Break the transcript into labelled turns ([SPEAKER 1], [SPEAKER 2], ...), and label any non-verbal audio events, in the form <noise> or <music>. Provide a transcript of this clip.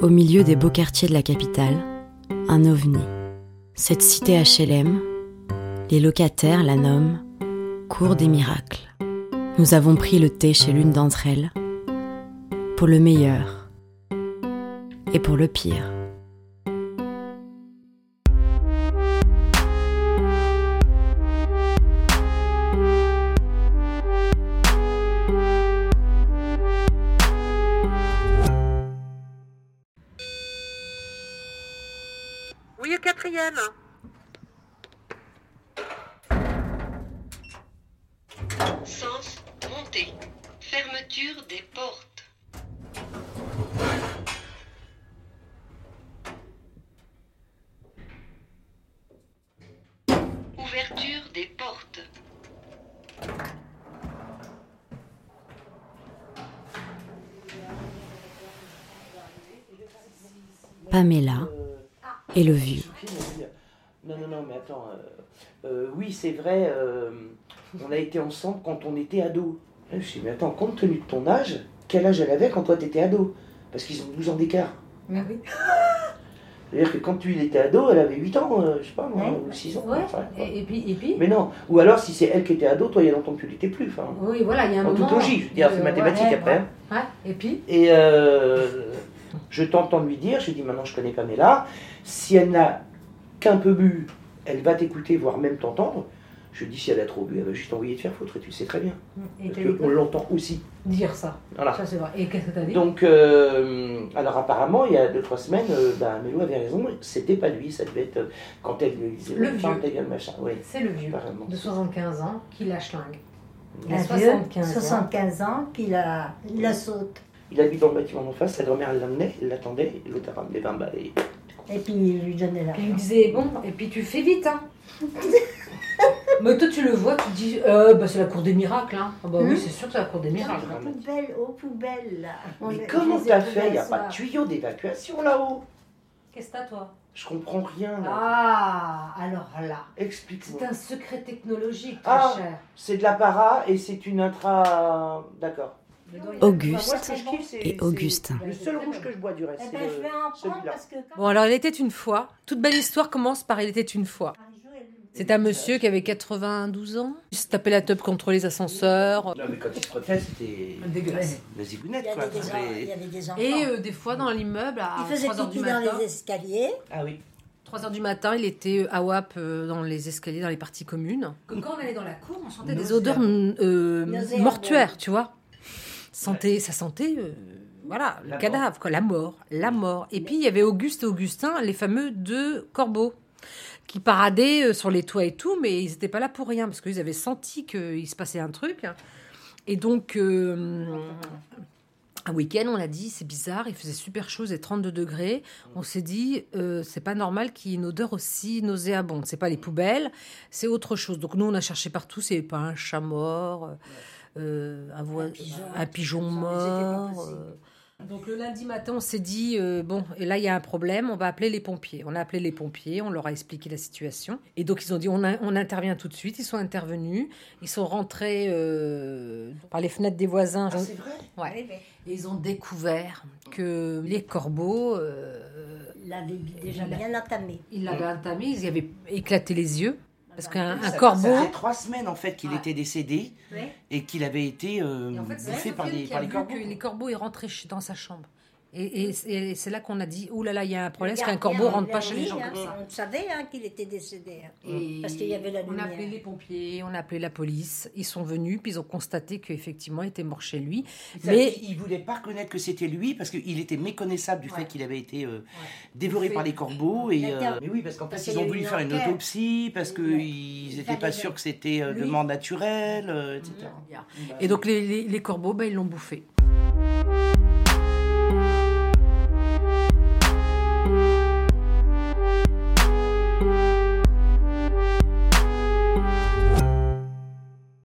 [SPEAKER 1] Au milieu des beaux quartiers de la capitale, un ovni. Cette cité HLM, les locataires la nomment Cour des miracles. Nous avons pris le thé chez l'une d'entre elles, pour le meilleur et pour le pire.
[SPEAKER 2] Oui, au quatrième.
[SPEAKER 3] Sens montée. Fermeture des portes. Ouverture des portes.
[SPEAKER 1] Pamela et le vieux.
[SPEAKER 4] Non, non, non, mais attends. euh, euh, oui, c'est vrai, euh, on a été ensemble quand on était ado. Là, je me suis dit, mais attends, compte tenu de ton âge, quel âge elle avait quand toi t'étais ado Parce qu'ils ont 12 ans d'écart.
[SPEAKER 5] Bah oui.
[SPEAKER 4] C'est-à-dire que quand tu il était ado, elle avait 8 ans, euh, je sais pas moi,
[SPEAKER 5] Ouais.
[SPEAKER 4] ou 6 ans.
[SPEAKER 5] Ouais.
[SPEAKER 4] enfin, quoi.
[SPEAKER 5] Et, et puis, et puis
[SPEAKER 4] Mais non, ou alors si c'est elle qui était ado, toi il y a longtemps que tu l'étais plus. Enfin,
[SPEAKER 5] oui, voilà, il y a un
[SPEAKER 4] en
[SPEAKER 5] moment.
[SPEAKER 4] toute logique, je veux dire,
[SPEAKER 5] de-
[SPEAKER 4] c'est mathématique
[SPEAKER 5] ouais,
[SPEAKER 4] après. hein.
[SPEAKER 5] Ouais, et puis
[SPEAKER 4] Et euh, je t'entends lui dire, je lui dis maintenant je connais Pamela, si elle n'a qu'un peu bu, elle va t'écouter, voire même t'entendre. Je dis si elle a trop bu, elle va juste t'envoyer te faire foutre, et tu le sais très bien.
[SPEAKER 5] Et
[SPEAKER 4] Parce
[SPEAKER 5] t'as
[SPEAKER 4] que
[SPEAKER 5] dit
[SPEAKER 4] on
[SPEAKER 5] quoi
[SPEAKER 4] l'entend aussi.
[SPEAKER 5] Dire ça.
[SPEAKER 4] Voilà.
[SPEAKER 5] Ça, c'est vrai. Et qu'est-ce que t'as dit
[SPEAKER 4] Donc, euh, alors apparemment, il y a 2-3 semaines, euh, bah, Mélo avait raison, c'était pas lui, ça devait être euh, quand elle lui disait
[SPEAKER 5] Le
[SPEAKER 4] Ferme
[SPEAKER 5] vieux.
[SPEAKER 4] ta gueule, machin. Oui,
[SPEAKER 5] C'est le vieux
[SPEAKER 4] apparemment.
[SPEAKER 5] de 75 ans qui lâche lingue.
[SPEAKER 6] Un
[SPEAKER 5] À
[SPEAKER 6] vieux,
[SPEAKER 5] 75 ans.
[SPEAKER 6] 75 ans, qui la, la saute.
[SPEAKER 4] Il habite dans le bâtiment d'en face, sa grand-mère elle l'amenait, elle l'attendait, et l'autre a ramené 20 balles. et-
[SPEAKER 6] Et puis il lui donnait la
[SPEAKER 5] Puis il lui disait bon, et puis tu fais vite
[SPEAKER 4] <laughs>
[SPEAKER 5] hein. Mais toi tu le vois, tu te dis euh, bah c'est la cour des miracles hein. Ah bah oui,
[SPEAKER 6] Hmm.
[SPEAKER 5] c'est sûr que c'est la cour des miracles. hein.
[SPEAKER 6] poubelle, aux poubelles là. On
[SPEAKER 4] Mais
[SPEAKER 6] les-
[SPEAKER 4] comment
[SPEAKER 6] je les ai
[SPEAKER 4] t'as
[SPEAKER 6] trouvées
[SPEAKER 4] fait Il n'y a
[SPEAKER 6] un
[SPEAKER 4] pas de
[SPEAKER 6] soir.
[SPEAKER 4] tuyau d'évacuation là-haut.
[SPEAKER 5] Qu'est-ce que t'as toi
[SPEAKER 4] Je comprends rien. là.
[SPEAKER 5] Ah, alors là, c'est
[SPEAKER 4] Explique-moi.
[SPEAKER 5] un secret technologique
[SPEAKER 4] Ah.
[SPEAKER 5] très cher.
[SPEAKER 4] C'est de la para et c'est une intra. D'accord.
[SPEAKER 6] Oh,
[SPEAKER 1] Auguste
[SPEAKER 4] Moi, ce que je kiffe, c'est-
[SPEAKER 1] et
[SPEAKER 4] c'est
[SPEAKER 1] Augustin.
[SPEAKER 4] Le seul rouge que je bois du reste.
[SPEAKER 6] Eh
[SPEAKER 4] c'est
[SPEAKER 6] ben,
[SPEAKER 4] le-
[SPEAKER 6] je vais en prendre
[SPEAKER 4] celui-là.
[SPEAKER 6] parce que quand
[SPEAKER 7] Bon, alors, il était une fois. Toute belle histoire commence par il était une fois.
[SPEAKER 6] un jour, elle-
[SPEAKER 7] C'est un monsieur qui avait 92 ans. Il se tapait la teub contre les ascenseurs.
[SPEAKER 4] Non, mais quand il se frottait, c'était.
[SPEAKER 5] Dégueulasse.
[SPEAKER 4] La
[SPEAKER 6] il y
[SPEAKER 4] zigounette, quoi.
[SPEAKER 6] avait des,
[SPEAKER 4] C'était-
[SPEAKER 6] gens- il y avait des enfants.
[SPEAKER 7] Et euh, des fois, dans l'immeuble, à
[SPEAKER 6] il faisait
[SPEAKER 7] 3h du
[SPEAKER 6] pipi dans
[SPEAKER 7] matin.
[SPEAKER 6] les escaliers.
[SPEAKER 4] Ah oui.
[SPEAKER 7] 3 heures du matin, il était à WAP euh, dans les escaliers, dans les parties communes.
[SPEAKER 5] Comme quand on allait dans la cour, on sentait
[SPEAKER 7] Des
[SPEAKER 5] des
[SPEAKER 7] odeurs mm, euh,
[SPEAKER 6] Nauséabondes.
[SPEAKER 7] mortuaires, tu vois. Sentait, Ça sentait, euh, voilà, le
[SPEAKER 4] La
[SPEAKER 7] cadavre, quoi, la mort, la mort. Et puis, il y avait Auguste et Augustin, les fameux deux corbeaux, qui paradaient euh, sur les toits et tout, mais ils n'étaient pas là pour rien, parce qu'ils avaient senti qu'il se passait un truc. Et donc, euh, un week-end, on l'a dit, c'est bizarre, il faisait super chaud, et 32 degrés. On s'est dit, euh, c'est pas normal qu'il y ait une odeur aussi nauséabonde. C'est pas les poubelles, c'est autre chose. Donc nous, on a cherché partout, c'est pas un chat mort, euh, euh, un, voi-
[SPEAKER 6] Un pigeon.
[SPEAKER 7] un pigeon
[SPEAKER 6] Ça, mais c'était pas
[SPEAKER 7] mort.
[SPEAKER 6] possible.
[SPEAKER 7] euh. Donc le lundi matin, on s'est dit, euh, bon, et là, il y a un problème, on va appeler les pompiers. On a appelé les pompiers, on leur a expliqué la situation. Et donc, ils ont dit, on, a- on intervient tout de suite. Ils sont intervenus, ils sont rentrés euh, par les fenêtres des voisins.
[SPEAKER 4] Ah, c'est vrai
[SPEAKER 7] Ouais. Et ils ont découvert que les corbeaux... euh,
[SPEAKER 6] Il l'avait déjà
[SPEAKER 7] Il l'a-
[SPEAKER 6] bien entamé.
[SPEAKER 7] il l'avait entamé, ils y avaient éclaté les yeux. Parce qu'un un
[SPEAKER 4] Ça-
[SPEAKER 7] corbeau.
[SPEAKER 4] Ça faisait trois semaines en fait qu'il
[SPEAKER 7] Ouais.
[SPEAKER 4] était décédé
[SPEAKER 6] Ouais.
[SPEAKER 4] et qu'il avait été euh,
[SPEAKER 7] Et en fait, c'est
[SPEAKER 4] bouffé
[SPEAKER 7] Sophie
[SPEAKER 4] par les,
[SPEAKER 7] qui
[SPEAKER 4] par
[SPEAKER 7] a
[SPEAKER 4] les
[SPEAKER 7] vu
[SPEAKER 4] corbeaux.
[SPEAKER 7] que les corbeaux est rentré chez- dans sa chambre. Et, et- et c'est là qu'on a dit oh là là, il y a un problème, parce qu'un corbeau rentre pas chez les gens comme ça.
[SPEAKER 6] On savait hein, qu'il était décédé. hein.
[SPEAKER 7] Et
[SPEAKER 6] Parce qu'il y avait la
[SPEAKER 7] on a
[SPEAKER 6] lumière.
[SPEAKER 7] appelé les pompiers, on a appelé la police. Ils sont venus, puis ils ont constaté qu'effectivement, il était mort chez lui.
[SPEAKER 4] Mais
[SPEAKER 7] Mais-
[SPEAKER 4] il voulait pas reconnaître que c'était lui parce qu'il était méconnaissable du fait
[SPEAKER 7] Ouais.
[SPEAKER 4] qu'il avait été euh, dévoré par les corbeaux.
[SPEAKER 6] Il
[SPEAKER 4] Et,
[SPEAKER 6] a été-
[SPEAKER 4] euh, mais oui, parce qu'en
[SPEAKER 6] Parce
[SPEAKER 4] fait, ils
[SPEAKER 6] qu'il y
[SPEAKER 4] ont
[SPEAKER 6] a eu
[SPEAKER 4] voulu
[SPEAKER 6] une
[SPEAKER 4] faire une
[SPEAKER 6] enquête.
[SPEAKER 4] autopsie parce
[SPEAKER 6] Ouais.
[SPEAKER 4] qu'ils
[SPEAKER 6] Il
[SPEAKER 4] n'étaient pas
[SPEAKER 6] fallait-
[SPEAKER 4] sûrs que c'était euh, de
[SPEAKER 7] Lui.
[SPEAKER 4] mort
[SPEAKER 6] Mm-hmm.
[SPEAKER 4] naturelle, euh, etc.
[SPEAKER 7] Et donc, les, les- les corbeaux, ben, ils l'ont bouffé.